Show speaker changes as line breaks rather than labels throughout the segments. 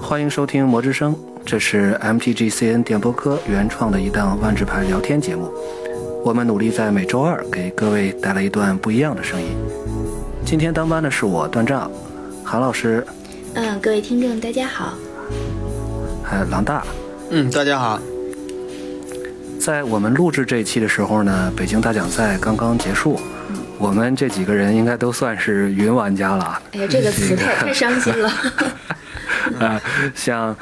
欢迎收听《魔之声》，这是 MTGCN 电波科原创的一档万智牌聊天节目。我们努力在每周二给各位带来一段不一样的声音。今天当班的是我段丈，韩老师，
嗯，各位听众大家好。
还有狼大。
嗯，大家好。
在我们录制这一期的时候呢，北京大奖赛刚刚结束，我们这几个人应该都算是云玩家了啊。
哎呀，这个词太太伤心了。
啊，向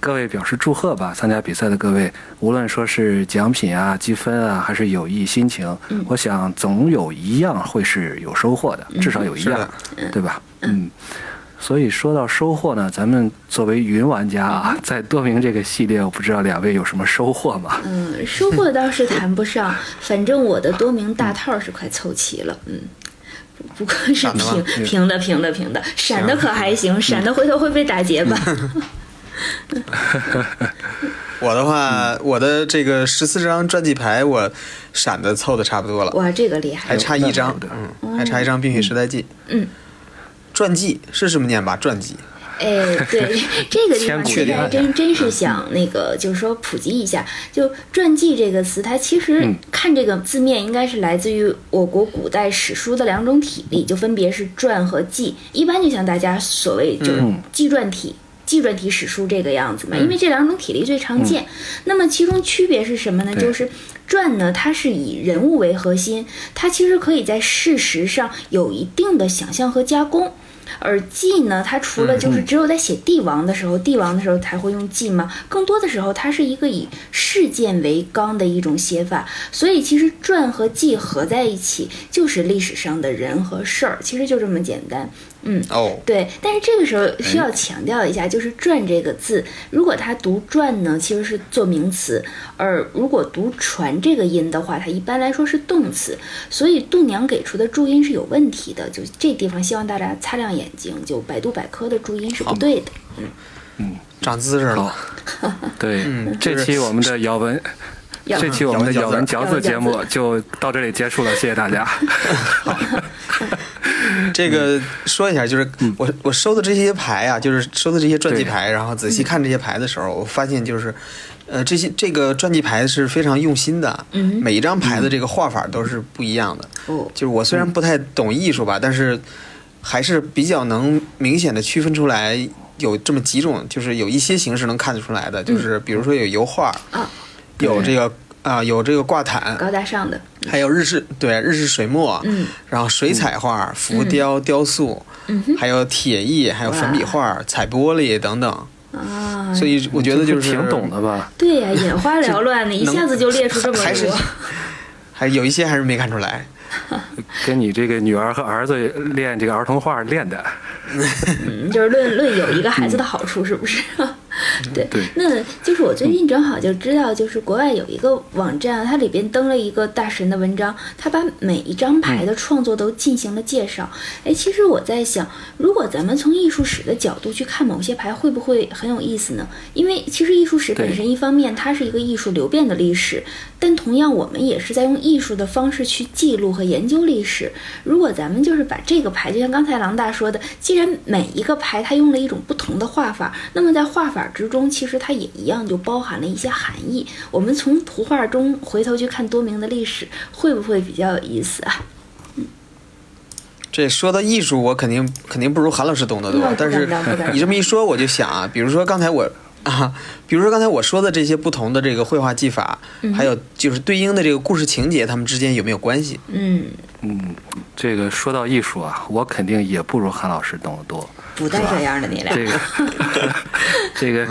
各位表示祝贺吧！参加比赛的各位，无论说是奖品啊、积分啊，还是友谊心情，我想总有一样会是有收获的，至少有一
是
样
的，
对吧？嗯。所以说到收获呢，咱们作为云玩家啊，在多明这个系列，我不知道两位有什么收获吗？
嗯，收获倒是谈不上，反正我的多名大套是快凑齐了。嗯，不不过是
闪的吗嗯
平平的平的平的，闪的可还行，闪的回头会被打劫吧？
我的
嗯
话，我的这个十四张传记牌，我闪的凑的差不多了，
哇，这个厉害
还！差一张
那，
嗯，还差一张《冰雪时代记》。
嗯，
传记是这么念吧？传记。
哎， 对，这个地
千
方
古
其实
一嗯
还
案
真真是想那个，就是说普及一下，就传记这个词，它其实
嗯
看这个字面应该是来自于我国古代史书的两种体例，就分别是传和记。一般就像大家所谓就是
嗯
纪传体。纪传体史书这个样子嘛，因为这两种体例最常见。那么其中区别是什么呢？
嗯对
就是传呢，它是以人物为核心，它其实可以在事实上有一定的想象和加工。而祭呢，它除了就是只有在写帝王的时候，帝王的时候才会用祭嘛，更多的时候它是一个以事件为纲的一种写法，所以其实传和记合在一起就是历史上的人和事儿，其实就这么简单。
哦，
对，但是这个时候
哎
需要强调一下，就是“传”这个字，如果它读“传”呢，其实是做名词；而如果读“传”这个音的话，它一般来说是动词。所以度娘给出的注音是有问题的，就这地方希望大家擦亮眼睛，就百度百科的注音是不对的。
长姿势
好
了。
对，这期我们的咬文，
要啊
这期我们的 咬
嗯咬
文
文
嚼
嚼
字
字
节目就到这里结束了，谢谢大 家。
这个
嗯
说一下，就是我我收的这些牌啊，就是收的这些传记牌，然后仔细看这些牌的时候，
嗯
我发现就是，呃，这些这个传记牌是非常用心的，
嗯
每一张牌的这个画法都是不一样的。
哦，
就是我虽然不太懂艺术吧，但是还是比较能明显的区分出来有这么几种，就是有一些形式能看得出来的，就是比如说有油画，
啊
有这个啊、有这个挂毯，
高大上的，
还有日式对日式水墨，
嗯
然后水彩画、浮雕、雕塑，
嗯哼
还有铁艺，还有粉笔画、彩玻璃等等。
啊，
所以我觉得就是
挺懂的吧？
对呀、眼 花缭乱的，一下子就列出这么
还是
多。
还有一些还是没看出来。
跟你这个女儿和儿子练这个儿童画练的，
嗯就是论论有一个孩子的
嗯
好处，是不 是？对，
对
那就是我最近正好就知道，就是国外有一个网站啊，它里边登了一个大神的文章，他把每一张牌的创作都进行了介绍。哎，其实我在想，如果咱们从艺术史的角度去看某些牌，会不会很有意思呢？因为其实艺术史本身，一方面它是一个艺术流变的历史，但同样我们也是在用艺术的方式去记录和研究历史。如果咱们就是把这个牌，就像刚才狼大说的，既然每一个牌它用了一种不同的画法，那么在画法之中，其实它也一样就包含了一些含义。我们从图画中回头去看多明的历史，会不会比较有意思啊？
这说到艺术，我肯定肯定不如韩老师懂得多
那不，
但是
敢当不敢当
你这么一说，我就想啊，比如说刚才我啊，比如说刚才我说的这些不同的这个绘画技法，
嗯
还有就是对应的这个故事情节，它们之间有没有关系？
嗯，
这个说到艺术啊，我肯定也不如韩老师懂得多。
不带这样的你俩
这。个， 这个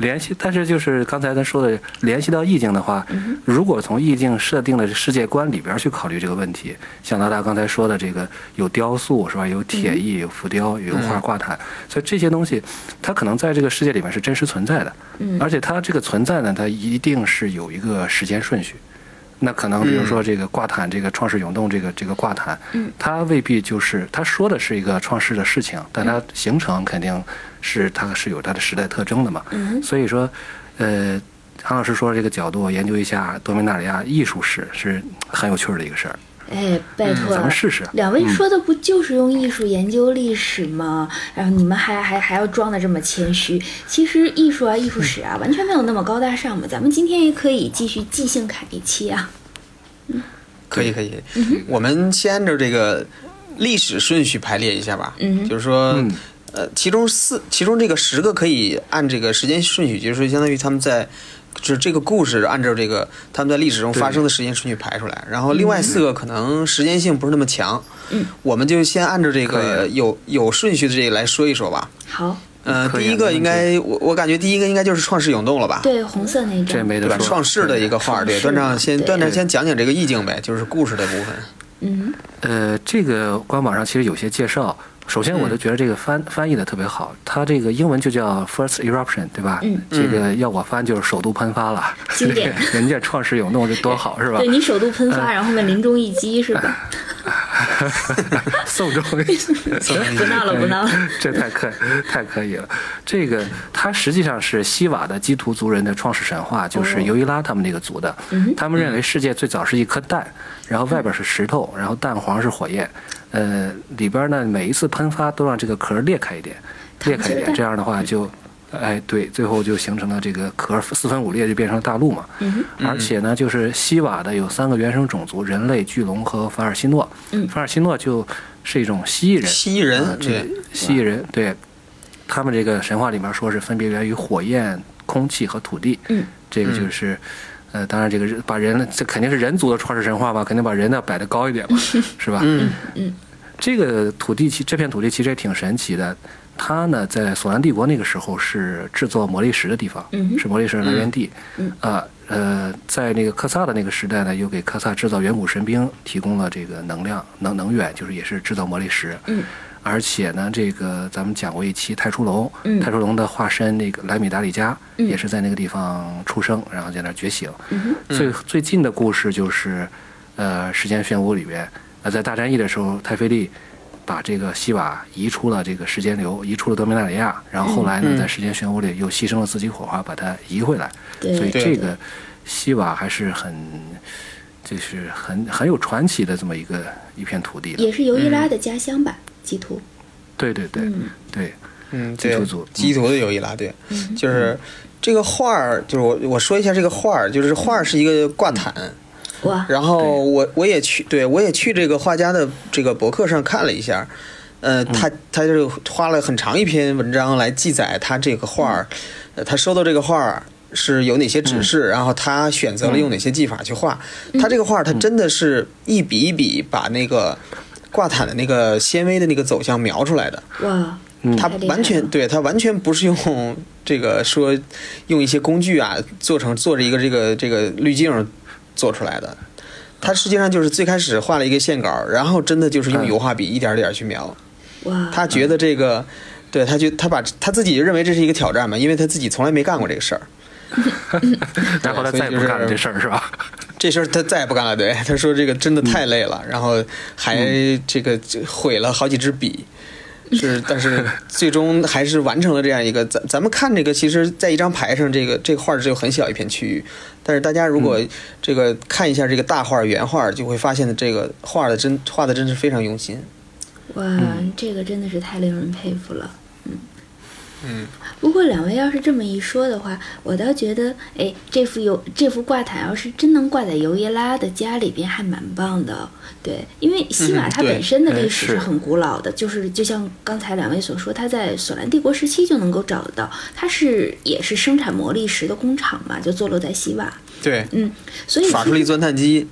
联系，但是就是刚才咱说的，联系到意境的话，如果从意境设定的世界观里边去考虑这个问题，像老大刚才说的，这个有雕塑是吧？有铁艺，有浮雕，有画挂毯，所以这些东西，它可能在这个世界里面是真实存在的，而且它这个存在呢，它一定是有一个时间顺序。那可能比如说这个挂毯，这个创世涌动，这个这个挂毯，它未必就是它说的是一个创世的事情，但它形成肯定是它是有它的时代特征的嘛。所以说，呃，韩老师说这个角度研究一下多米纳里亚艺术史是很有趣儿的一个事儿。
哎，拜托，
嗯咱们试啊试
两位说的不就是用艺术研究历史吗？然后你们还还还要装的这么谦虚。其实艺术啊、艺术史啊，
嗯
完全没有那么高大上嘛。咱们今天也可以继续即兴侃一期啊。
可以可以，
嗯
我们先按照这个历史顺序排列一下吧。
嗯哼
就是说，
嗯
呃，其中四，其中这个十个可以按这个时间顺序，就是说相当于他们在。就是这个故事按照这个他们在历史中发生的时间顺序排出来，然后另外四个可能时间性不是那么强，
嗯，
我们就先按照这
可
个有有顺序的这个来说一说吧。
好，
呃，
可以啊
第一
没
个
问
应该我我感觉第一个应该就是创世涌动了吧？
对，红色那一
这
张，
没得
对吧？
说。
创世的一个画儿，对，
创
段
世
长先
对
段长先讲讲这个意境呗，就是故事的部分。
嗯
呃，这个官网上其实有些介绍。首先，
嗯
我就觉得这个翻、翻译的特别好，它这个英文就叫 First Eruption，对吧？
嗯
这个要我翻就是首都喷发了，
经典
人家创世涌动这多好是吧嗯
对？你首度喷发，然后后面临终一击是吧？
宋 仲
不闹了，不闹了。
这太可太可以了。这个它实际上是西瓦的基图族人的创始神话，
哦
就是尤伊拉他们那个族的。
嗯
他们认为世界最早是一颗蛋，然后外边是石头，然后蛋黄是火焰，呃，里边呢每一次喷发都让这个壳裂开一点，裂开一
溅
点，
起
这样的话就。哎，对，最后就形成了这个壳四分五裂，就变成了大陆嘛。
嗯
而且呢，就是西瓦的有三个原生种族：人类、巨龙和凡尔西诺。
嗯
凡尔西诺就是一种蜥蜴人，
蜥蜴人
啊这个
对
蜥蜴人，对，他们这个神话里面说是分别源于火焰、空气和土地，
嗯，
这个就是，呃，当然这个人把人这肯定是人族的创世神话嘛，肯定把人呢摆得高一点嘛， 是吧？
嗯
这个土地其这片土地其实也挺神奇的，它呢在索兰帝国那个时候是制作魔力石的地方，
嗯哼
是魔力石的来源地。
嗯
啊呃，在那个科萨的那个时代呢，又给科萨制造远古神兵提供了这个能量能能源，就是也是制造魔力石。
嗯
而且呢，这个咱们讲过一期太初龙，
嗯
太初龙的化身那个莱米达里加、
嗯
也是在那个地方出生，然后在那儿觉醒。
嗯哼
最最近的故事就是，呃，时间漩涡里边，呃，在大战役的时候，泰菲利把这个西瓦移出了这个时间流，移出了德米纳里亚，然后后来呢，
嗯
在时间漩涡里又牺牲了自己火花，把它移回来。
对
所以
对
这个西瓦还是很，就是很很有传奇的这么一个一片土地的。
也是尤伊
嗯
拉的家乡吧？基图，
对对对、
嗯
对，
嗯，
基
对
督徒
基督徒的有一拉对，就是这个画儿，就是我我说一下这个画儿，就是画儿是一个挂毯，
哇，
然后我我也去，对我也去这个画家的这个博客上看了一下，呃，他他就花了很长一篇文章来记载他这个画儿，呃，他收到这个画儿。是有哪些指示，然后他选择了用哪些技法去画。他这个画儿，他真的是一笔一笔把那个挂毯的那个纤维的那个走向描出来的。
哇，
嗯
它
太厉害
完全
了
对，它完全不是用 这个说用一些工具啊做成做着一个这个这个滤镜做出来的。它实际上就是最开始画了一个线稿，然后真的就是
嗯
用油画笔一点儿点儿去
啊
描。
哇，
他觉得这个，对他觉他把他自己认为这是一个挑战嘛，因为他自己从来没干过这个事儿。
然后后来
所以
再也
就
不干了
是
这事儿是吧？
这事儿他再也不干了，对 他说这个真的太累了，然后还这个这毁了好几支笔，是，但是最终还是完成了这样一个。咱咱们看这个，其实，在一张牌上，这个这个画儿只有很小一片区域，但是大家如果这个看一下这个大画儿原画儿，就会发现这个画儿的真画的真是非常用心。
哇，这个真的是太令人佩服了。嗯，不过两位要是这么一说的话，我倒觉得，哎，这幅油这幅挂毯要是真能挂在尤耶拉的家里边，还蛮棒的哦。对，因为西马
嗯
它
对
本身的历
哎
史
是
是很古老的，就是就像刚才两位所说，它在索兰帝国时期就能够找得到，它是也是生产魔力石的工厂嘛，就坐落在西瓦。
对，
嗯，所以
耍
其
出
实
了一钻探机，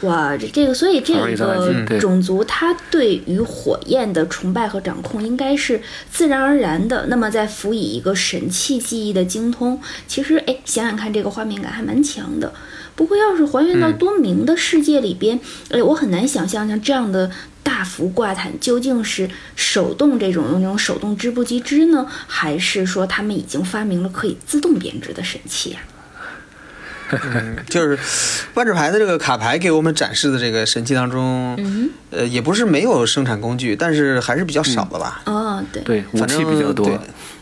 哇，这这个，所以这
法瑞德兰金
个
对
种族，它对于火焰的崇拜和掌控，应该是自然而然的。那么，再辅以一个神器技艺的精通，其实，哎，想想看，这个画面感还蛮强的。不过，要是还原到多明的世界里边，哎，我很难想象像这样的大幅挂毯究竟是手动这种用那种手动织布机织呢，还是说他们已经发明了可以自动编织的神器啊？
就是万智牌的这个卡牌给我们展示的这个神器当中，
嗯，
呃，也不是没有生产工具，但是还是比较少的吧。
哦，嗯 对
对，武
反
器
正
比较多嗯
对。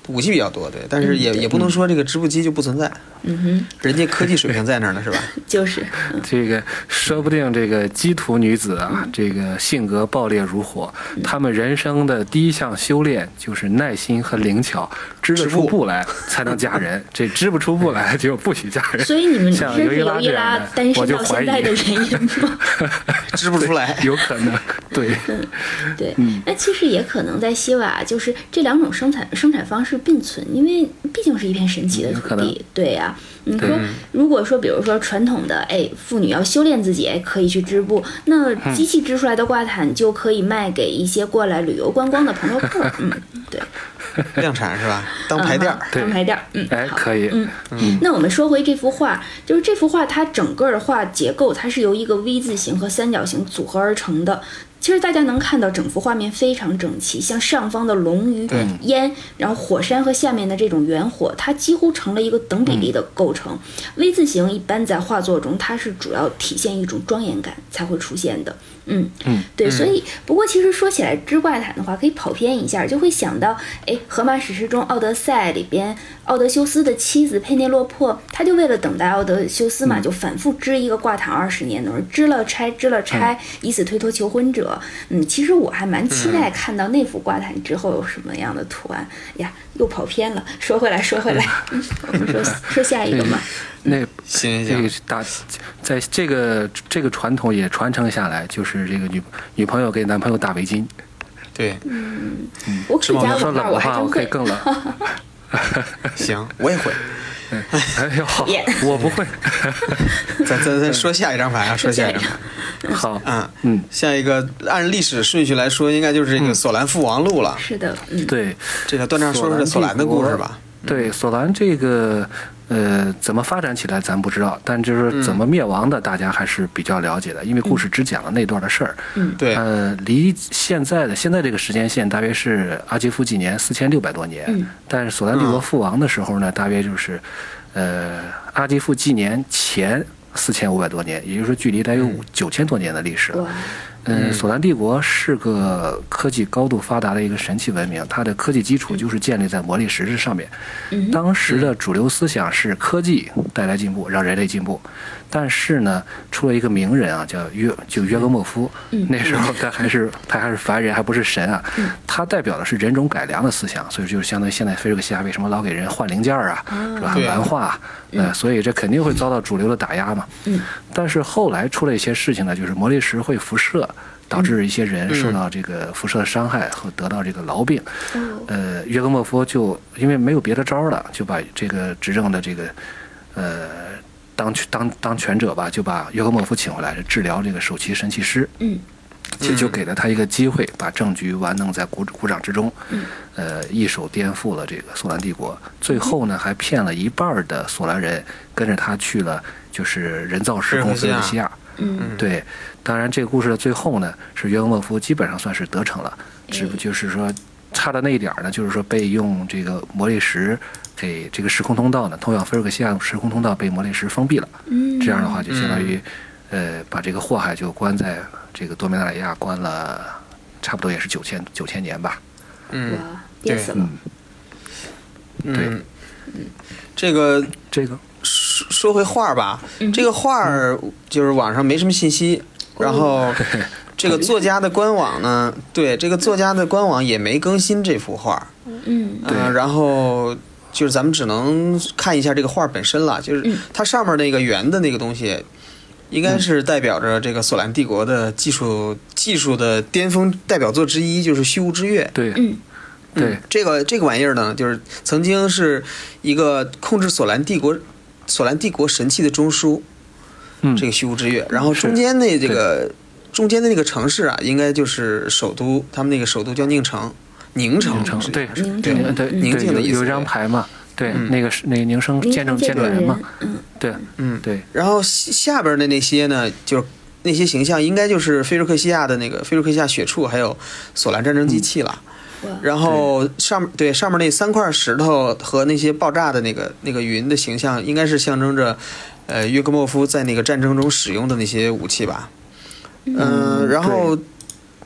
武器比较多，对，但是也、也不能说这个织布机就不存在，
嗯
人家科技水平在那儿呢，是吧？
嗯
哼，就是
这个说不定这个基图女子啊，
嗯
这个性格暴烈如火，她们人生的第一项修炼就是耐心和灵巧，织得
织
出
布
布来才能嫁 人，这织不出布来就不许嫁 人。
所以你们
像
认识
尤伊拉
尤
这
伊
样
拉
的
单
我
身
就
到
怀
现在
疑
的 原因吗？
织不出来，
有可 能，对，
嗯对，
嗯
那其实也可能在西瓦，就是这两种生产生产方式并存，因为毕竟是一片神奇的
有
土
可能嗯
地。对呀、你
对
说如果说比如说传统的，哎，妇女要修炼自己，哎，可以去织布，那机器织出来的挂毯就可以卖给一些过来旅游观光的朋 友客儿。嗯，对，
量产是吧？当排垫儿，
对
安排点儿。嗯，
哎，
好。
可以，嗯
那我们说回这幅画，就是这幅画它整个的画结构，它是由一个 V 字形和三角形组合而成的。其实大家能看到整幅画面非常整齐，像上方的龙鱼、烟，然后火山和下面的这种圆火，它几乎成了一个等比例的构成。V
嗯
字形一般在画作中，它是主要体现一种庄严感才会出现的。嗯
嗯，
对，所以不过其实说起来织挂毯的话，可以跑偏一下，就会想到，哎，《荷马史诗》中《奥德赛》里边，奥德修斯的妻子佩内洛珀，她就为了等待奥德修斯
嗯
嘛，就反复织一个挂毯二十年，等于织了拆，织了
嗯
拆，以此推脱求婚者。嗯，其实我还蛮期待看到那幅挂毯之后有什么样的图案。呀，又跑偏了，说回来，说回来，嗯，我们说说下一个嘛，
那
行
这个
行
是大，在这个这个传统也传承下来，就是这个女女朋友给男朋友打围巾，
行，对，
我可
是吗
加
我
说
文
冷
化，我
的
还
话
真
嗯我可以
会。
更冷。
行，我 也会。
哎呦，好
耶
我不 会。
咱咱咱说下一张牌啊，说下一张牌。
好，
啊，
嗯，
下一个按历史顺序来说，应该就是这个索兰父王录了。
是的，嗯，
对，
这个段章说说这索兰的故事吧。
对，索兰这个呃怎么发展起来咱不知道，但
嗯
就是怎么灭亡的，大家还是比较了解的，因为故事只讲了那段的事儿。
嗯
对，
呃，离现在的现在这个时间线大约是阿基夫纪年四千六百多年，
嗯
但是索兰帝国覆亡的时候呢，大约就是呃阿基夫纪年前四千五百多年，也就是说距离大约
嗯
九千多年的历史了。
哇，
嗯，索兰帝国是个科技高度发达的一个神奇文明，它的科技基础就是建立在魔力石之上面。
嗯
当时的主流思想是科技带来进步，让人类进步。但是呢，出了一个名人啊，叫约就约格莫夫，那时候他还是他还是凡人，还不是神啊。他代表的是人种改良的思想，所以就是相当于现在菲利克西亚为什么老给人换零件儿啊，是吧？
对啊
玩化啊，呃，所以这肯定会遭到主流的打压嘛。
嗯
但是后来出了一些事情呢，就是魔力石会辐射，导致一些人受到这个辐射伤害和得到这个痨病。
哦，
呃，约格莫夫就因为没有别的招儿了，就把这个执政的这个呃当当当权者吧，就把约格莫夫请回来治疗这个首席神器师。
嗯
其实就给了他一个机会，把政局玩弄在股股掌之中，呃，一手颠覆了这个索兰帝国。最后呢，还骗了一半儿的索兰人跟着他去了，就是人造石公司
菲
的
利克
西
西
亚。
嗯
对，当然这个故事的最后呢，是约格莫夫基本上算是得逞了，只不就是说差的那一点儿呢，就是说被用这个魔力石给这个时空通道呢，通往菲尔克西亚的时空通道被魔力石封闭了。
嗯，
这样的话就相当于，
嗯
呃，把这个祸害就关在这个多米纳里亚关了，差不多也是九千九千年吧。
嗯
哇，憋死了
嗯，，
嗯，这个
这个
说说回画儿吧，这个画儿就是网上没什么信息，然后这个作家的官网呢，对这个作家的官网也没更新这幅画儿，
嗯
嗯、然后就是咱们只能看一下这个画儿本身了，就是它上面那个圆的那个东西，应该是代表着这个索兰帝国的技术技术的巅峰代表作之一，就是《虚无之月》。
对
嗯
对，
这个这个玩意儿呢，就是曾经是一个控制索兰帝国索兰帝国神器的中枢，
嗯，
这个虚无之月。然后
是
中间那这个中间的那个城市啊，应该就是首都，他们那个首都叫宁城，嗯宁城
宁城
是
对
宁
对
静
对
宁
对，
静
有
的意思。嗯
有一张
对
牌嘛，对，那个是那个宁生见证见证人嘛，，
嗯
对，
嗯
对，
然后西下边的那些呢，就是那些形象，应该就是菲瑞克西亚的那个菲瑞克西亚雪柱，还有索兰战争机器了。
哇，
然后上面对上面那三块石头和那些爆炸的那个那个云的形象，应该是象征着，呃，约呃格莫夫在那个战争中使用的那些武器吧。嗯、然后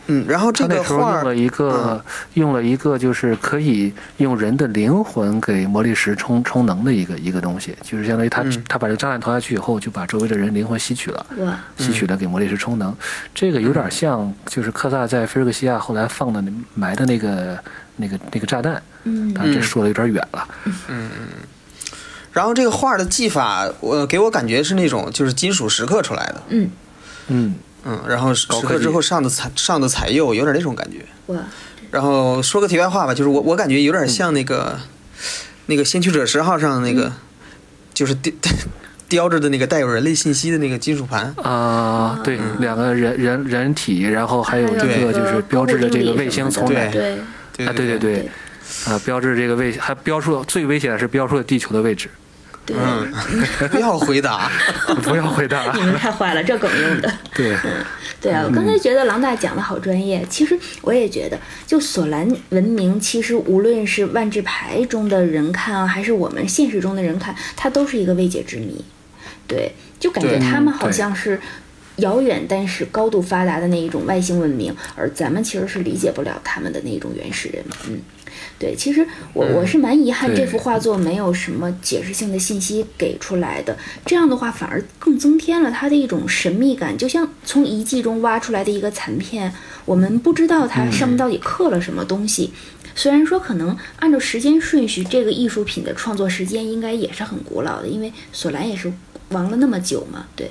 嗯，然后这
他那
个
时候
画
用了
儿，
一个、
嗯
用了一个就是可以用人的灵魂给魔力石充充能的一个一个东西，就是相当于他、
嗯
他把这个炸弹投下去以后，就把周围的人灵魂吸取了。
哇，
吸取了给魔力石充能，这个有点像就是科萨在菲尔克西亚后来放的那埋的那个那个那个炸弹，啊
嗯
当然这说的有点远了，
然后这个画儿的技法，我、给我感觉是那种就是金属石刻出来的，
嗯，
嗯，
嗯，然后石
高科
刻之
技
后上的彩上的彩釉，有点那种感觉。
哇，
然后说个题外话吧，就是我我感觉有点像那个、那个《先驱者十号》上那个，就是雕 雕着的那个带有人类信息的那个金属盘。
啊、对，两个人人人体，然后还有一
还有
个
那个
就是标志着这个卫星从哪
对
儿
对，
对
啊，对
对
对对，啊，标志这个位，还标出了最危险的是标出了地球的位置。
对，
嗯， 不要回答。
不要回 答
你们太坏了，这梗用的。
对，
对啊，我刚才觉得郎大讲的好专业，其实我也觉得，就索兰文明，其实无论是万智牌中的人看啊，还是我们现实中的人看，它都是一个未解之谜。对，就感觉
对
他们好
对
像是遥远但是高度发达的那一种外星文明，而咱们其实是理解不了他们的那种原始人。嗯，对，其实我我是蛮遗憾
对
这幅画作没有什么解释性的信息给出来的，这样的话反而更增添了它的一种神秘感，就像从遗迹中挖出来的一个残片，我们不知道它上面到底刻了什么东西。虽然说可能按照时间顺序，这个艺术品的创作时间应该也是很古老的，因为索兰也是亡了那么久嘛，对。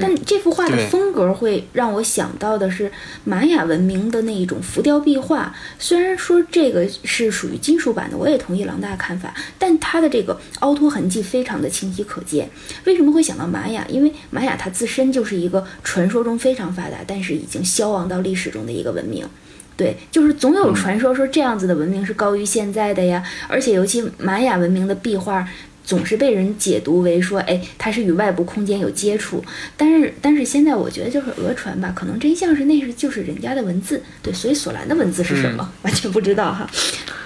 但
对，
这幅画的
对
风格会让我想到的是玛雅文明的那一种浮雕壁画。虽然说这个是属于金属版的，我也同意郎大的看法，但它的这个凹凸痕迹非常的清晰可见。为什么会想到玛雅？因为玛雅它自身就是一个传说中非常发达，但是已经消亡到历史中的一个文明。对，就是总有传说说这样子的文明是高于现在的呀，而且尤其玛雅文明的壁画。总是被人解读为说，哎，它是与外部空间有接触，但是但是现在我觉得就是讹传吧，可能真相是那是就是人家的文字，对，所以索兰的文字是什么、 完全不知道哈，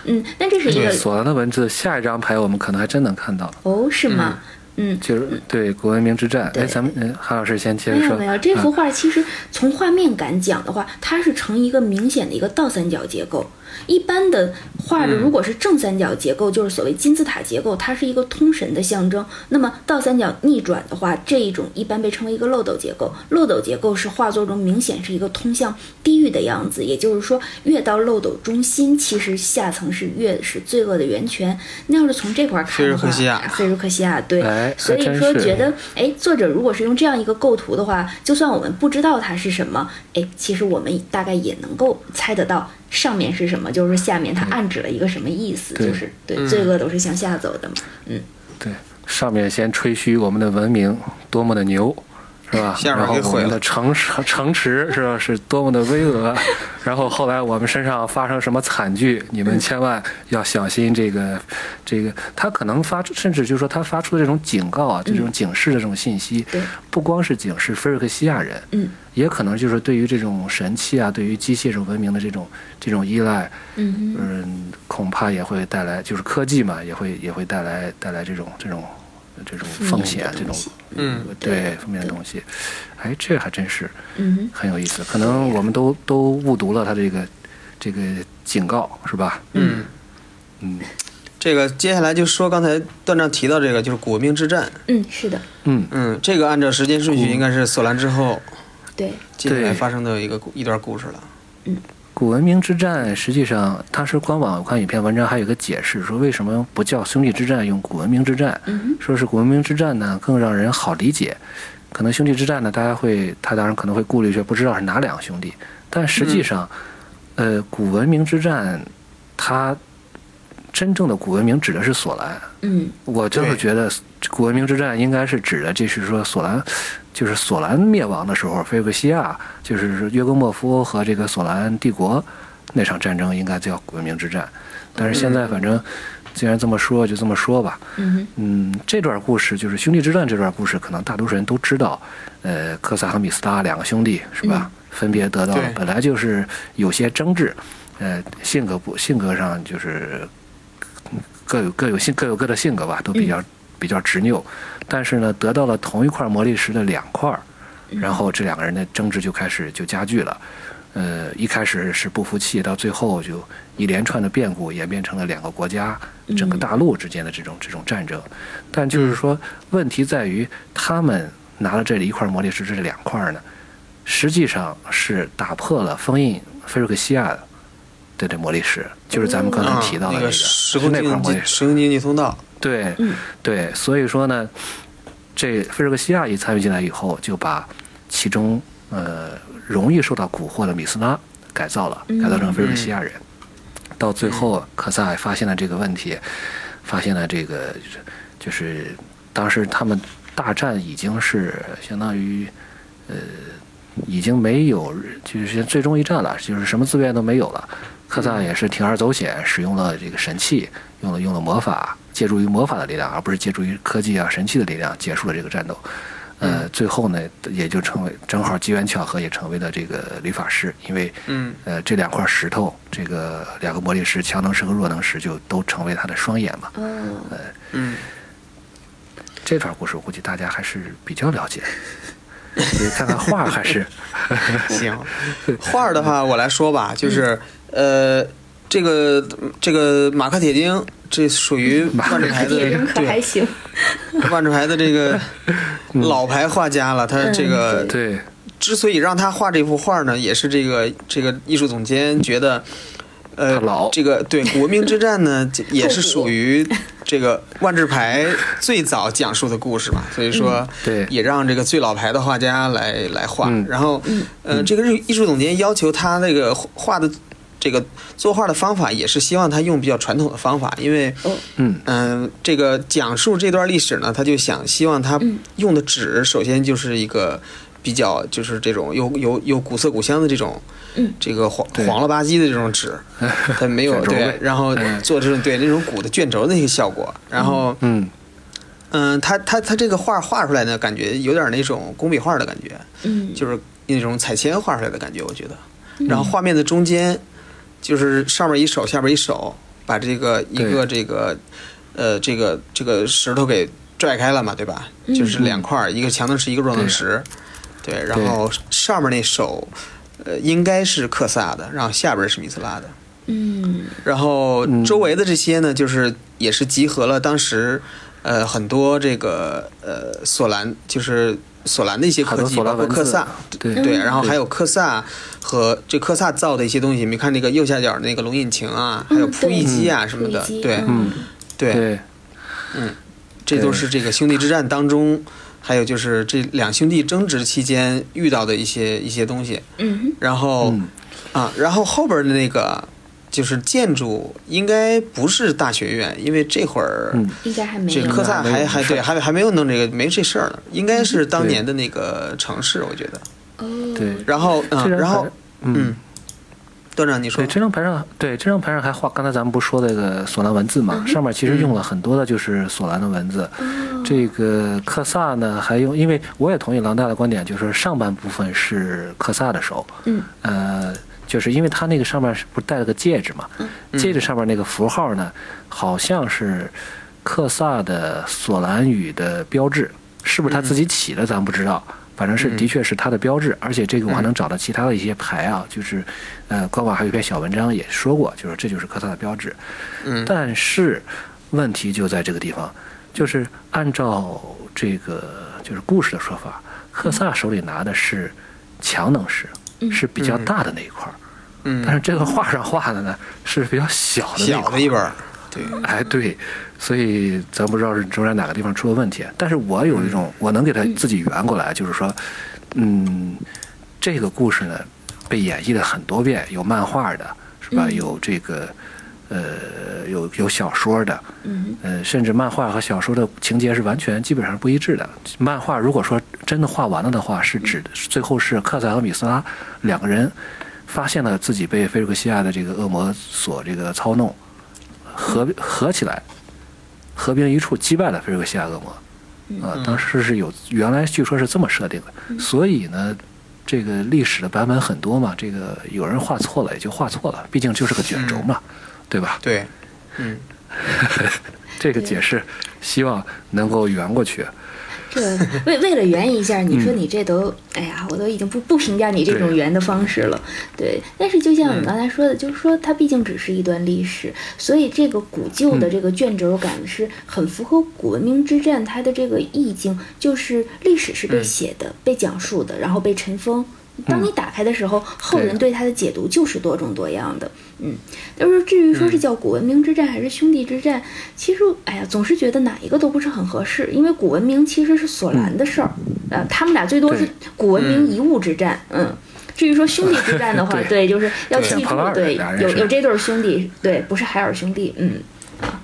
嗯，但这是一个
索兰的文字，下一张牌我们可能还真能看到，
哦，是吗？嗯
就是对国文明之战。
对
哎，咱们嗯，韩老师先接
没
着
有
说。
没有，这
啊
幅画其实从画面感讲的话，它是呈一个明显的一个倒三角结构。一般的画
嗯
的如果是正三角结构，就是所谓金字塔结构，它是一个通神的象征。那么倒三角逆转的话，这一种一般被称为一个漏斗结构。漏斗结构是画作中明显是一个通向地狱的样子，也就是说，越到漏斗中心，其实下层是越是罪恶的源泉。那要是从这块儿看的话，
菲日克西亚
菲日克西亚对，
哎
所
还
以
真
说
是
觉得。哎，作者如果是用这样一个构图的话，就算我们不知道它是什么，哎，其实我们大概也能够猜得到上面是什么，就是说下面
嗯
它暗指了一个什么意思，
对
就是对，罪恶都是向下走的嘛。嗯，
对，上面先吹嘘我们的文明多么的牛，是吧？
下面
然后
给
我
毁
们
了
的城市城池是吧，是多么的巍峨。啊然后后来我们身上发生什么惨剧，你们千万要小心这个这个。他可能发出，甚至就是说他发出的这种警告啊，这种警示的这种信息，
对
不光是警示菲尔克西亚人，
嗯，
也可能就是对于这种神器啊，对于机械这种文明的这种这种依赖，
嗯
嗯，恐怕也会带来，就是科技嘛，也会也会带来带来这种这种这种风险，这
东
种
西
嗯，
对
对
负面的
对
东西。哎，这还真是
嗯哼，
很有意思，可能我们都都误读了他这个这个警告，是吧？
嗯，
嗯
这个接下来就说刚才段丈提到这个，就是古文明之战。
嗯，是的，
嗯，
嗯，这个按照时间顺序应该是索兰之后
对，
接下
对
来发生的一个故一段故事了。
古文明之战实际上，当时官网我看有篇文章还有个解释，说为什么不叫兄弟之战，用古文明之战？
嗯
说是古文明之战呢更让人好理解。可能兄弟之战呢，大家会他当然可能会顾虑说不知道是哪两个兄弟，但实际上，呃，古文明之战，它真正的古文明指的是索兰。
哼，嗯
我真是
对
觉得古文明之战应该是指的，这是说索兰，就是索兰灭亡的时候，菲布西亚就是说约格莫夫和这个索兰帝国那场战争，应该叫古文明之战。但是现在反正既然这么说，就这么说吧。
嗯哼，
嗯，这段故事就是兄弟之战这段故事，可能大多数人都知道。呃，科萨和米斯达两个兄弟是吧？分别得到
对
本来就是有些争执，呃，性格不性格上就是各有各有性各有各的性格吧，都比较、比较执拗。但是呢，得到了同一块魔力石的两块儿，然后这两个人的争执就开始就加剧了。呃，一开始是不服气，到最后就一连串的变故演变成了两个国家、
嗯
整个大陆之间的这种这种战争。但就是说，问题在于他们拿了这一块魔力石这两块呢，实际上是打破了封印菲瑞克西亚的这魔力石，就是咱们刚才
啊
提到的
那
那个、
个时
是
空
那块
经
魔力
济
石。
时空经济通道，
对，
嗯
对，所以说呢，这菲尔克西亚一参与进来以后，就把其中呃容易受到蛊惑的米斯拉改造了，改造成菲尔克西亚人。到最后，科萨也发现了这个问题，发现了这个就是当时他们大战已经是相当于呃已经没有就是最终一战了，就是什么资源都没有了。科萨也是铤而走险，使用了这个神器，用了用了魔法，借助于魔法的力量，而不是借助于科技啊神器的力量，结束了这个战斗。呃，最后呢，也就成为正好机缘巧合，也成为了这个理发师，因为
嗯
呃，这两块石头，这个两个魔力石，强能石和弱能石，就都成为他的双眼嘛。
哦，
嗯，
这段故事我估计大家还是比较了解，你看看画儿还 是
行。画儿的话，我来说吧，就是呃，这个这个马克铁钉，这属于万智牌的
这人可还
对
行，
万智牌的这 个老牌画家了，他这个
嗯
对，
之所以让他画这幅画呢，也是这个这个艺术总监觉得，呃
他老，
这个对国民之战 呢，这也是属于这个万智牌最早讲述的故事嘛，所以说，
嗯对
也让这个最老牌的画家来来画。
嗯
然后，呃，这个日艺术总监要求他那个画的这个作画的方法，也是希望他用比较传统的方法，因为，
哦
嗯
嗯、这个讲述这段历史呢，他就想希望他用的纸，首先就是一个比较就是这种有有有古色古香的这种，
嗯
这个黄
对
黄了吧唧的这种纸， 它没有
卷轴
对
呗，
然后
嗯
做这种对那种鼓的卷轴的那个效果，然后
嗯，
嗯，他他他这个画画出来呢，感觉有点那种工笔画的感觉，
嗯，
就是那种彩铅画出来的感觉，我觉得。然后画面的中间，就是上面一手，下边一手，把这个一
对
个这个，呃，这个这个石头给拽开了嘛，对吧？
嗯
就是两块儿，一个强能石，一个弱能石。对，然后上面那手，呃，应该是克萨的，然后下边是米斯拉的。
嗯
然后
嗯
周围的这些呢，就是也是集合了当时，呃，很多这个呃索兰，就是索兰的一些
很
科
多
技，
索
包
兰
括
文
科
字
萨，
对
嗯
嗯对，然后还
对
有科萨和这科萨造的一些东西，你看那个右下角那个龙引擎啊，还有
嗯
扑翼
对
机啊什么的
普利基，
对
嗯
对，
对
这都是这个兄弟之战当中，还有就是这两兄弟争执期间遇到的一些一些东西，
嗯哼
然后
嗯
啊，然后后边的那个就是建筑应该不是大学院，因为这会儿
嗯
应该还没
这
有
科萨
还没
还
有
还
事儿
对还还没有弄这个没这事儿呢，应该是当年的那个城市，我觉得。
哦，
对
然后
这
嗯，
张
然后
牌嗯
嗯。段长你说
对，这张牌上，对这张牌上还画，刚才咱们不是说那个索兰文字嘛，
嗯
上面其实用了很多的就是索兰的文字。
哦
这个克萨呢，还用，因为我也同意狼大的观点，就是说上半部分是克萨的手，
嗯，
呃，就是因为他那个上面是不是戴了个戒指嘛，戒指上面那个符号呢，好像是克萨的索兰语的标志，是不是他自己起的，咱不知道。反正是，的确是他的标志，而且这个我还能找到其他的一些牌啊，就是，呃，官网还有一篇小文章也说过，就是这就是科萨的标志。
嗯
但是问题就在这个地方，就是按照这个就是故事的说法，科萨手里拿的是强能石，是比较大的那一块儿，
嗯
但是这个画上画的呢是比较小的那一
小
块
的
儿
一本儿，对，
哎，对，所以咱不知道是中间哪个地方出了问题，啊但是我有一种，我能给他自己圆过来，就是说，嗯，这个故事呢被演绎了很多遍，有漫画的，是吧？有这个，呃，有有小说的，
嗯
呃，甚至漫画和小说的情节是完全基本上不一致的。漫画如果说真的画完了的话，是指最后是克萨和米斯拉两个人发现了自己被菲利克西亚的这个恶魔所这个操弄，合合起来，合兵一处击败了菲利克西亚恶魔。啊，当时是有原来据说是这么设定的，所以呢，这个历史的版本很多嘛，这个有人画错了也就画错了，毕竟就是个卷轴嘛，对吧？
对，嗯，
这个解释，希望能够圆过去。
这为为了圆一下，你说你这都，哎呀，我都已经不不评价你这种圆的方式了，对。但是就像你刚才说的，就是说它毕竟只是一段历史，所以这个古旧的这个卷轴感是很符合古文明之战它的这个意境，就是历史是被写的、被讲述的，然后被尘封。当你打开的时候，后人对它的解读就是多种多样的。嗯，但是至于说
嗯
是叫古文明之战还是兄弟之战，其实哎呀，总是觉得哪一个都不是很合适，因为古文明其实是索兰的事儿，呃，他们俩最多是
嗯对
古文明一物之战，嗯。至于说兄弟之战的话，
对
对，就是要
对
记住
像庞，
对
拉尔俩，人
有
是
有这对儿兄弟，对，不是海尔兄弟，嗯。
啊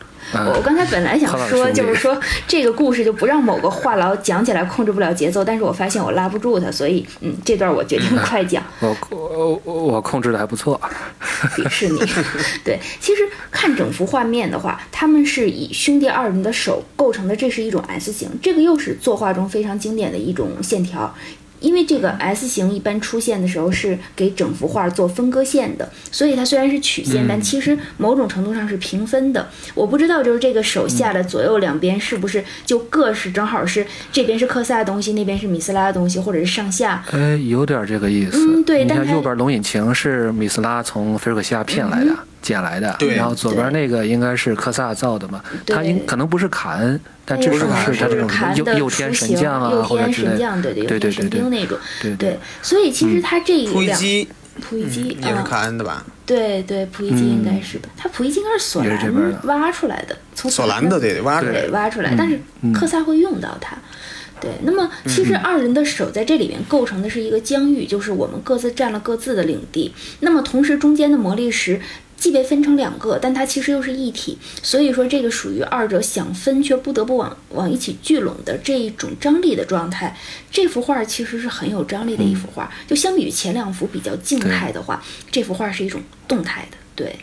我刚才本来想
庞拉尔
说，
兄弟
就是说这个故事就不让某个话痨讲起来控制不了节奏，但是我发现我拉不住他，所以嗯，这段我决定快讲。
我我我我控制的还不错，
鄙视你。 对，其实看整幅画面的话，他们是以兄弟二人的手构成的，这是一种 S 型，这个又是作画中非常经典的一种线条。因为这个 S 型一般出现的时候是给整幅画做分割线的，所以它虽然是曲线，但其实某种程度上是平分的。我不知道就是这个手下的左右两边是不是就各是正好是这边是克萨的东西，那边是米斯拉的东西，或者是上下，
哎，有点这个意思。
嗯对
你
但
看
它
右边龙引擎是米斯拉从菲尔克西亚骗
嗯
来的、捡来的，
对
然后左边那个应该是科萨造的嘛，
对
他应可能不是卡恩，但
对
至
不
少是
是卡恩
他这种
就是卡恩
右
的
右
雏
天神
形
将啊，
右
或者
天
之类
神
的
将，对对，
对对
右天
对嗯
神兵
对
那种，
对
对，所以其实他这一
溥仪
两
基
溥仪基
嗯也是
啊，
卡恩的吧？
对对，溥仪基应该是吧？他溥仪基应该是索
嗯也是这边的
兰挖出来的，从
索兰的对挖出来
对
的。
挖出
嗯
来，但是科萨会用到它。对，那么其
嗯
实二人的手在这里面构成的是一个疆域，就是我们各自占了各自的领地。那么同时中间的魔力石既被分成两个，但它其实又是一体，所以说这个属于二者想分却不得不往往一起聚拢的这一种张力的状态。这幅画其实是很有张力的一幅
嗯
画，就相比于前两幅比较静态的话，这幅画是一种动态的，对。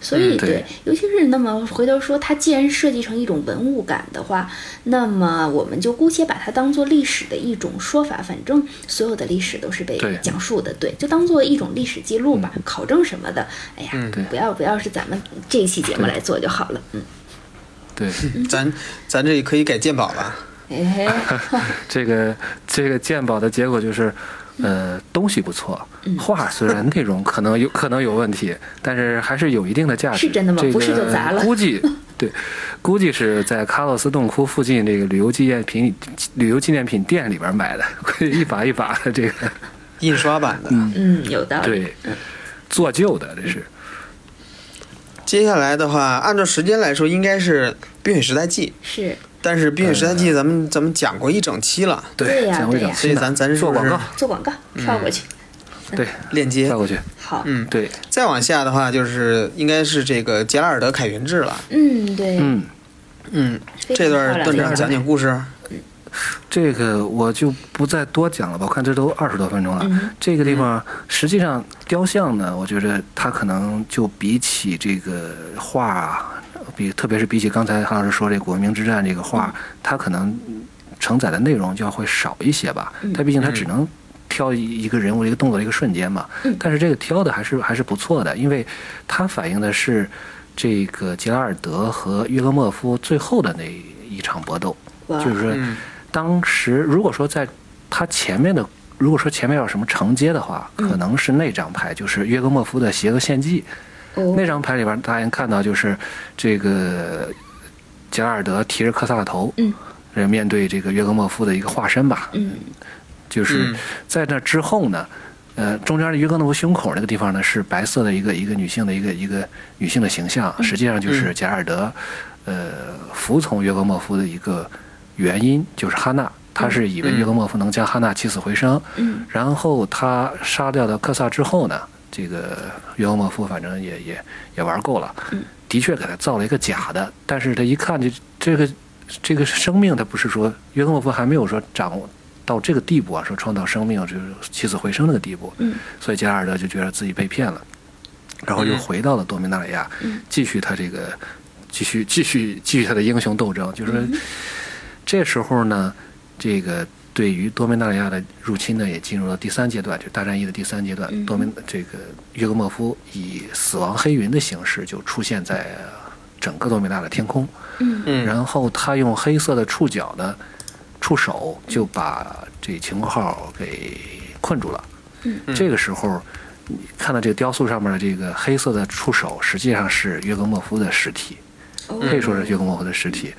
所
嗯
以、
对
对，尤其是那么回头说，它既然设计成一种文物感的话，那么我们就姑且把它当做历史的一种说法，反正所有的历史都是被
对嗯
讲述的，对，就当做一种历史记录吧，考证什么的。哎呀，
对
不要不要是咱们这一期节目来做就好了，嗯，
对，
咱咱这可以改鉴宝了。
哎，
这个这个鉴宝的结果就是，呃，东西不错，
嗯
画虽然内容可 能有可能有问题，但是还是有一定的价值。
是真的吗
这个
不是就砸了
估 计对，估计是在卡洛斯洞窟附近这个旅游纪念品旅游纪念品店里边买的， 估计一把一把的这个
印刷版的。
嗯，有道理，
对做旧的这是。
接下来的话，按照时间来说，应该是《冰雪时代记》，
是，
但是《冰雪时代记》咱们咱们讲过一整期了，
对呀
讲过一
对呀
讲，
所以咱咱是
做
不
广
是
告，
做广告
嗯
跳过去，
对，
链接
跳。过去，
好，
嗯
对，
再往下的话，就是应该是这个杰拉尔德凯旋制了。
嗯，对，
嗯。
嗯，
非常漂
这段
亮
段
这段
长讲讲故事。
这个我就不再多讲了吧，我看这都二十多分钟了。
嗯
这个地方实际上雕像呢，我觉得它可能就比起这个画啊，比特别是比起刚才韩老师说这个《文明之战》这个画，它可能承载的内容就要会少一些吧。它毕竟它只能挑一一个人物一个动作的一个瞬间嘛。但是这个挑的还是还是不错的，因为它反映的是这个杰拉尔德和约格莫夫最后的那一场搏斗。
哇
就是说
嗯
当时如果说在他前面的，如果说前面有什么承接的话，
嗯
可能是那张牌，就是约格莫夫的《邪恶献祭》
哦
那张牌里边，大家看到就是这个杰拉尔德提着科萨的头，
嗯，
面对这个约格莫夫的一个化身吧，
嗯，
就是
嗯
在那之后呢，呃，中间的约格诺夫胸口那个地方呢是白色的一个一个女性的一个一个女性的形象，实际上就是贾尔德，呃，服从约格莫夫的一个原因就是哈娜，他是以为约格莫夫能将哈娜起死回生，
嗯
然后他杀掉的克萨之后呢，这个约格莫夫反正也也也玩够了，的确给他造了一个假的，但是他一看这这个这个生命，他不是说约克莫夫还没有说掌握到这个地步啊，说创造生命就是起死回生那个地步，
嗯
所以加尔德就觉得自己被骗了，然后又回到了多米纳里亚，继续他这个继续继续继续他的英雄斗争，就是说、这时候呢，这个。对于多米纳里亚的入侵呢，也进入了第三阶段，就是大战役的第三阶段。
嗯
多米这个约格莫夫以死亡黑云的形式就出现在整个多米纳的天空。
嗯
嗯，
然后他用黑色的触角呢，出手就把这秦国号给困住了。
嗯，
这个时候你看到这个雕塑上面的这个黑色的触手，实际上是约格莫夫的尸体，
哦
可以说是约格莫夫的尸体。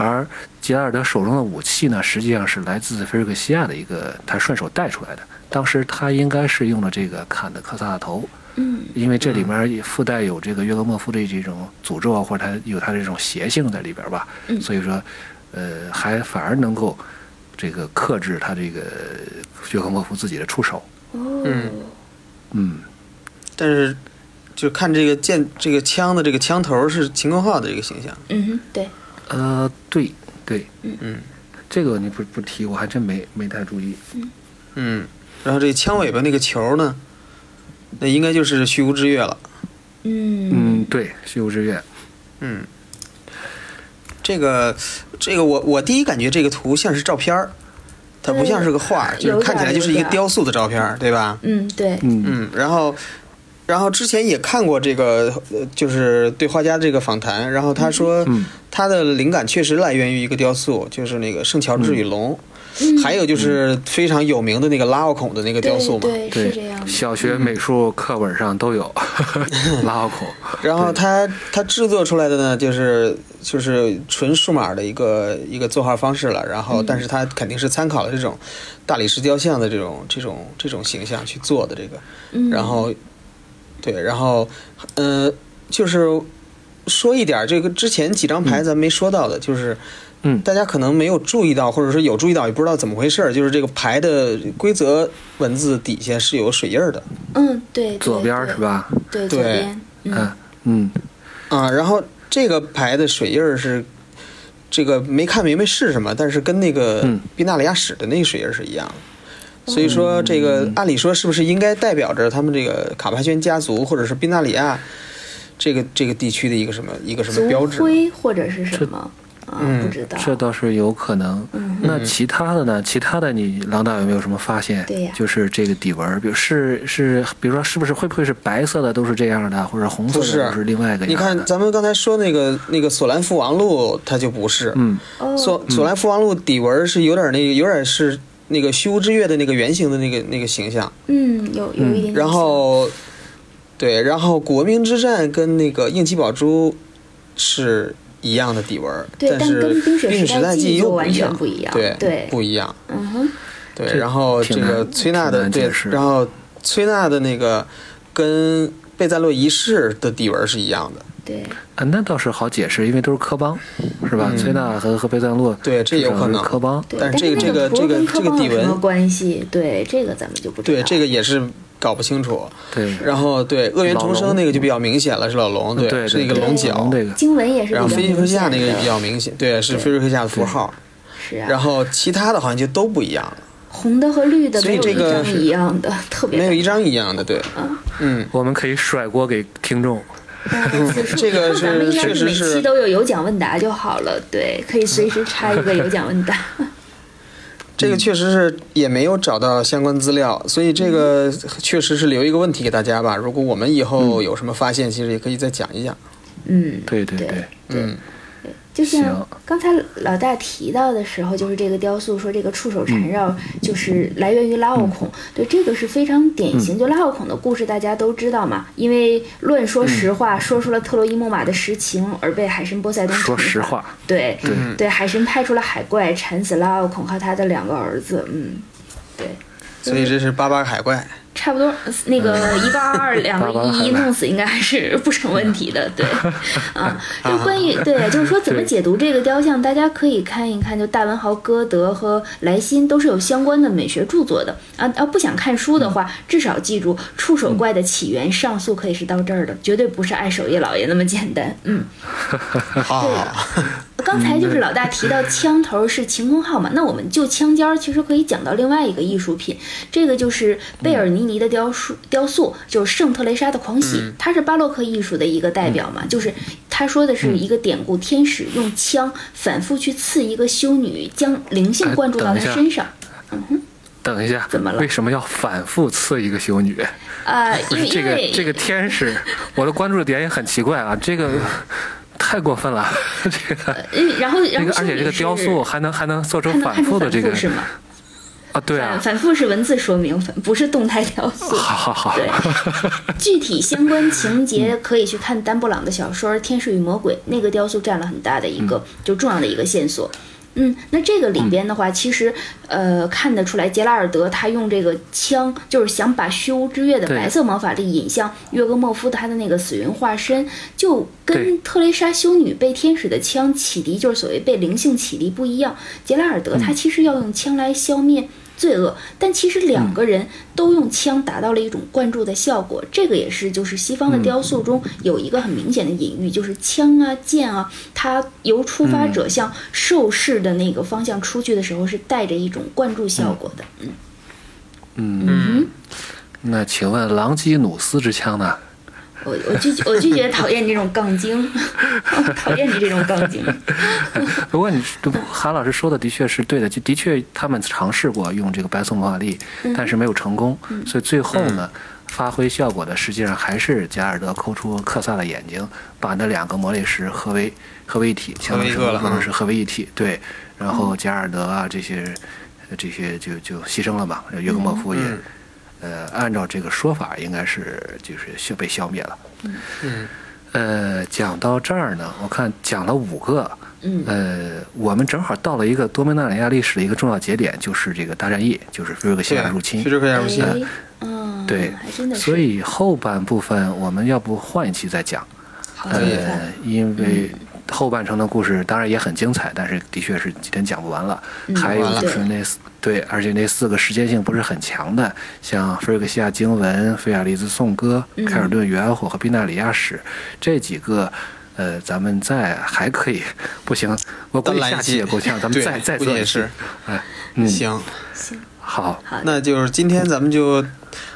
而杰拉尔德手中的武器呢，实际上是来自菲尔克西亚的一个他顺手带出来的。当时他应该是用了这个砍的科萨的头，
嗯
因为这里面也附带有这个约格莫夫的这种诅咒啊，或者他有他这种邪性在里边吧，
嗯
所以说，呃，还反而能够这个克制他这个约格莫夫自己的出手，
哦
嗯
嗯，
但是就看这个剑这个枪的这个枪头是秦国浩的这个形象，
嗯哼对
呃，对对，
嗯
这个你不不提，我还真没没太注意，
嗯，然后这枪尾巴那个球呢，那应该就是虚无之月了，
嗯
嗯，对，虚无之月，
嗯，这个这个我我第一感觉这个图像是照片儿，它不像是个画儿，
对
就是看起来就是一
嗯有
个
点儿
雕塑的照片儿，对吧？
嗯对
嗯
嗯，然后，然后之前也看过这个，呃就是对画家这个访谈，然后他说，
嗯
他的灵感确实来源于一个雕塑，就是那个《圣乔治与龙》
嗯
还有就是非常有名的那个拉奥孔的那个雕塑嘛。
对对是这
对
样，的
小学美术课本上都有 拉奥孔，
嗯
然后他他制作出来的呢，就是就是纯数码的一个一个作画方式了。然后，但是他肯定是参考了这种大理石雕像的这种这种这种形象去做的这个。
嗯
然后，对，然后，呃，就是说一点儿这个之前几张牌咱没说到的，就是
嗯
大家可能没有注意到，或者说有注意到也不知道怎么回事儿，就是这个牌的规则文字底下是有水印儿的
嗯对对
左边儿
对
是吧？
对左
对
边嗯
嗯嗯，
啊。然后这个牌的水印儿是这个没看明白是什么，但是跟那个
嗯
宾纳里亚史的那个水印儿是一样的。所
哦
以说，这个按理说是不是应该代表着他们这个卡帕宣家族，或者是宾纳里亚这个这个地区的一个什么一个什么标志
族
呢？
徽或者是什么啊
嗯
不知道
这倒是有可能。
嗯
那其他的呢？其他的你郎导有没有什么发现？
对呀
就是这个底纹儿，比如是是，比如说是不是会不会是白色的都是这样的，或者红色
不是
的都是另外一个
你
样
看，
的？
咱们刚才说那个那个索兰父王录，它就不是。
嗯
哦
索索兰父王录底纹是有点那个，有点是那个虚无之月的那个圆形的那个那个形象。
嗯有有一点点
然后，对，然后古文明之战跟那个应气宝珠是一样的底纹，
对但
是
跟冰雪
冰雪
时
时
代
代
记
记
忆
忆
就
又
完全
不
不一
一
样
样，对，
对
不一样。
像嗯哼
对，
这
然后这
挺
个
难
崔娜的
挺难
对
解释，
然后崔娜的那个跟贝赞洛一世的底纹是一样的，
对
啊，那倒是好解释，因为都是科邦，是吧？崔娜和和贝赞洛
嗯对这有可能
至少是科邦。
对，
但是这
那
个这个
图
这个
跟科
这个
邦
底
有什么
纹
关系？对这个咱们就不知道
对，
了。
这个也是搞不清楚。
对，
然后对恶缘重
老
生
龙
那个就比较明显了，是老龙，
嗯对
是那个
对对
龙角
龙，这个
经文也是比
然
较
后菲利克
明
西亚
显
那个
的
也比较明显，对，是
对
菲利克西亚的符号。
是啊，
然后其他的好像就都不一样了，
红的和绿的
所
没
以
有
这
一
个
张
是
一样的，特别
没有
的
一张一样的，对，嗯，
我们可以甩锅给听众。
嗯 此处
这个
以后咱们应
是
该
确实
每
是
期都有有奖问答就好了，对，可以随时插一个有奖 问答。
这个
嗯
确实是也没有找到相关资料，所以
嗯
这个确实是留一个问题给大家吧。如果我们以
嗯
后有什么发现，其实也可以再讲一讲。
嗯，
对对
对
对，
嗯，
就像
行
刚才老大提到的时候，就是这个雕塑说这个触手缠绕
嗯
就是来源于拉奥孔，对，这个是非常
嗯
典型。就拉奥孔的故事大家都知道嘛，因为乱说
嗯
实话，说出了特洛伊木马的实情，而被海神波塞冬
说
惩罚
实话，
对
对
对，海神派出了海怪缠死拉奥孔和他的两个儿子，嗯，对。
所
嗯
以这是八八海怪。
差不多，那个一个二嗯 二，两
八八
个
海
一一，
外
弄死应该还是不成问题的。 对，啊，就关于对，就是说怎么解读这个雕像，大家可以看一看，就大文豪歌德和莱辛都是有相关的美学著作的啊。要不想看书的话，至少记住触手怪的起源上溯可以是到这儿的，绝对不是爱守夜老爷那么简单。嗯，
好好好，
啊
刚才就是老大提到枪头是晴空号嘛，那我们就枪尖儿其实可以讲到另外一个艺术品，这个就是贝尔尼尼的雕塑，雕塑就是圣特蕾莎的狂喜，
嗯
它是巴洛克艺术的一个代表嘛，就是他说的
嗯
是一个典故，天使用枪反复去刺一个修女，将灵性
哎
灌注到
等一
她
下
身上。
等一下，
怎么了
为什么要反复刺一个修女？
啊，
不是
因为
这
因
个
为
这个天使，我的关注点也很奇怪啊。这个太过分了， 这个
嗯，然后然
这
后
个，而且这个雕塑还能还能做出
还能
反复的这个
是吗？
啊，对
反
啊，
反复是文字说明，反不是动态 雕塑。
好好好，
对，具体相关情节可以去看丹布朗的小说《天使与魔鬼》，那个雕塑占了很大的一个、就重要的一个线索。嗯，那这个里边的话，其实呃看得出来，杰拉尔德他用这个枪，就是想把虚无之月的
对
白色魔法力引向约格莫夫他的那个死云化身，就
对
跟特蕾莎修女被天使的枪启迪，就是所谓被灵性启迪不一样。杰拉尔德他其实要用枪来消灭罪恶，但其实两个人都用枪达到了一种灌注的效果。这个也是就是西方的雕塑中有一个很明显的隐喻，就是枪啊剑啊，它由出发者向受试的那个方向出去的时候，是带着一种灌注效果的。嗯
那请问狼基努斯之枪呢？
我我拒绝我拒绝讨厌你这种杠精，我讨厌你这种杠精。
不过你韩老师说的的确是对的，就的确他们尝试过用这个白色魔法力，但是没有成功，所以最后呢，
嗯
发挥效果的实际上还是贾尔德抠出克萨的眼睛，把那两个魔力石合为合为一体，相当于
合为一个了
魔力
嗯
石合为一体，对，然后贾尔德啊这些这些就就牺牲了嘛，约克莫夫也。呃，按照这个说法，应该是就是消被消灭了。
嗯
呃，讲到这儿呢，我看讲了五个，
嗯
呃，我们正好到了一个多米纳里亚历史的一个重要节点，就是这个大战役，就是菲瑞克西亚入侵
对，。就是这样入侵。
哎嗯，
对
还真的是，
所以后半部分我们要不换一期再讲，
好
呃
几番。，
因为后半程的故事当然也很精彩，但是的确是今天讲不完了。还有
完了
就是那四对，而且那四个时间性不是很强的，像菲瑞克西亚经文、菲亚利兹颂歌、凯尔顿圆火和宾纳里亚史这几个。呃，咱们再还可以，不行，我估计
再来一
下期
期
也够呛，咱们
对
再再
估计
做一
也
期
是，
哎，嗯，
行，
行，
好，
好的，
那就是今天咱们就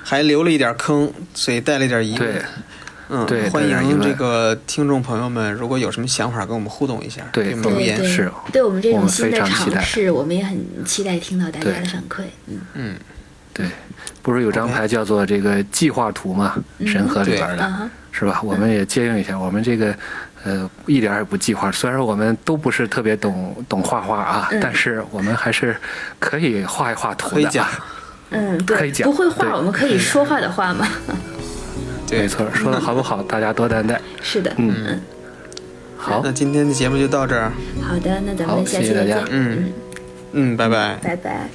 还留了一点坑，所以带了一点疑
对
问。嗯，
对
欢
带了点疑
迎
问
这个听众朋友们，如果有什么想法跟我们互动一下，
对
给我们留
对
言。
对，
是
对我们这
我
种
们
新
非
的
常期
尝
待
试，我们也很期待听到大家
对
的反馈。嗯，
嗯，
对，不是有张
OK
牌叫做这个计划图嘛，神河里边儿
啊
的，
哈，
是吧？我们也借用一下，我们这个呃一点儿也不计划，虽然我们都不是特别懂懂画画啊，
嗯
但是我们还是可以画一画图
可以
的
讲
啊。，
嗯，
可以
对，
讲
不会画
对
我们可以说话的话嘛。
对，
没错，说的好不好，大家多担待。
是的，
嗯，好
那，今天的节目就到这儿，
好的，那咱
好
们下
谢
期
谢
再
大家
见。
嗯嗯，拜拜。
拜拜。